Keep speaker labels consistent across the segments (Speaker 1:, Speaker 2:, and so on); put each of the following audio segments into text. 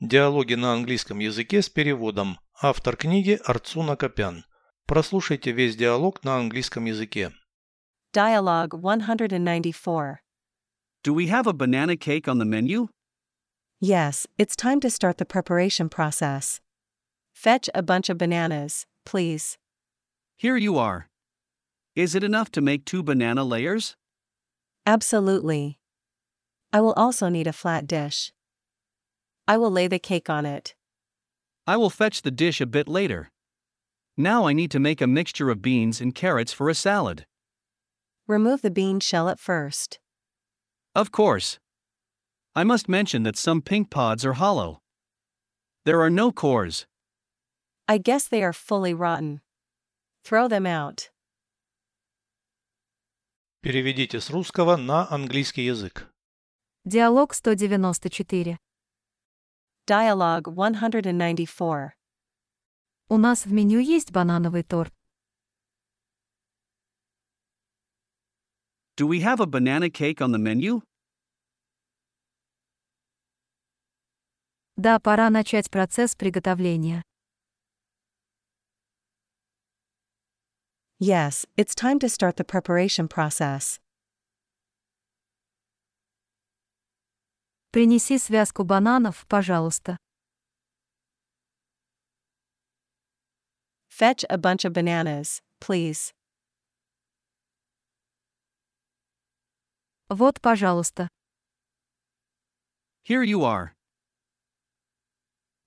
Speaker 1: Диалоги на английском языке с переводом. Автор книги Арцуна Копян. Прослушайте весь диалог на английском языке.
Speaker 2: Dialogue 194.
Speaker 3: Do we have a banana cake on the menu?
Speaker 2: Yes, it's time to start the preparation process. Fetch a bunch of bananas, please.
Speaker 3: Here you are. Is it enough to make two banana layers?
Speaker 2: Absolutely. I will also need a flat dish. I will lay the cake on it.
Speaker 3: I will fetch the dish a bit later. Now I need to make a mixture of beans and carrots for a salad.
Speaker 2: Remove the bean shell at first.
Speaker 3: Of course. I must mention that some pink pods are hollow. There are no cores.
Speaker 2: I guess they are fully rotten. Throw them out.
Speaker 1: Переведите с русского на английский язык.
Speaker 4: Диалог 194.
Speaker 2: Dialogue 194.
Speaker 4: У нас в меню есть банановый торт.
Speaker 3: Do we have a banana cake on the menu?
Speaker 4: Да, пора начать процесс приготовления.
Speaker 2: Yes, it's time to start the preparation process.
Speaker 4: Принеси связку бананов, пожалуйста.
Speaker 2: Fetch a bunch of bananas, please.
Speaker 4: Вот, пожалуйста.
Speaker 3: Here you are.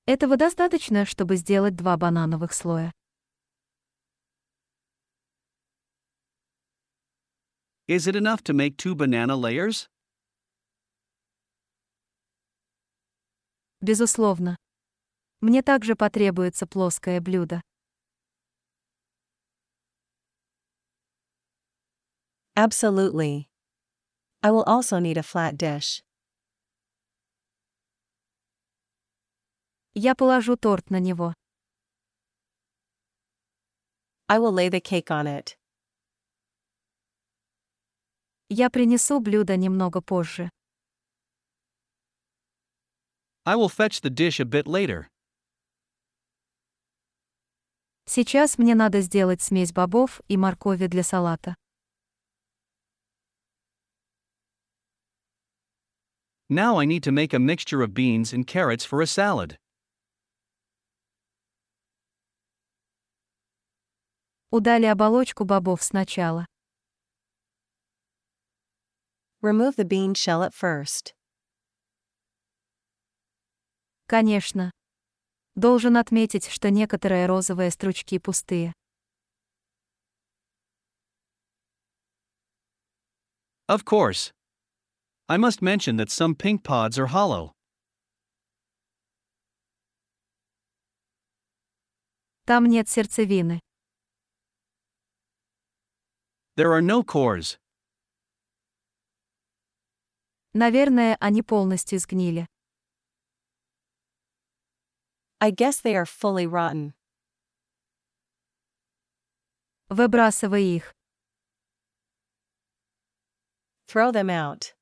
Speaker 4: Этого достаточно, чтобы сделать два банановых слоя.
Speaker 3: Is it enough to make two banana layers?
Speaker 4: Безусловно. Мне также потребуется плоское блюдо.
Speaker 2: Absolutely. I will also need a flat dish.
Speaker 4: Я положу торт на него.
Speaker 2: I will lay the cake on it.
Speaker 4: Я принесу блюдо немного позже.
Speaker 3: I will fetch the dish a bit later.
Speaker 4: Сейчас мне надо сделать смесь бобов и моркови для салата.
Speaker 3: Now I need to make a mixture of beans and carrots for a salad.
Speaker 4: Удали оболочку бобов сначала.
Speaker 2: Remove the bean shell at first.
Speaker 4: Конечно. Должен отметить, что некоторые розовые стручки пустые.
Speaker 3: Of course. I must mention that some pink pods are hollow.
Speaker 4: Там нет сердцевины.
Speaker 3: There are no cores.
Speaker 4: Наверное, они полностью сгнили.
Speaker 2: I guess they are fully rotten.
Speaker 4: Выбрасывай их.
Speaker 2: Throw them out.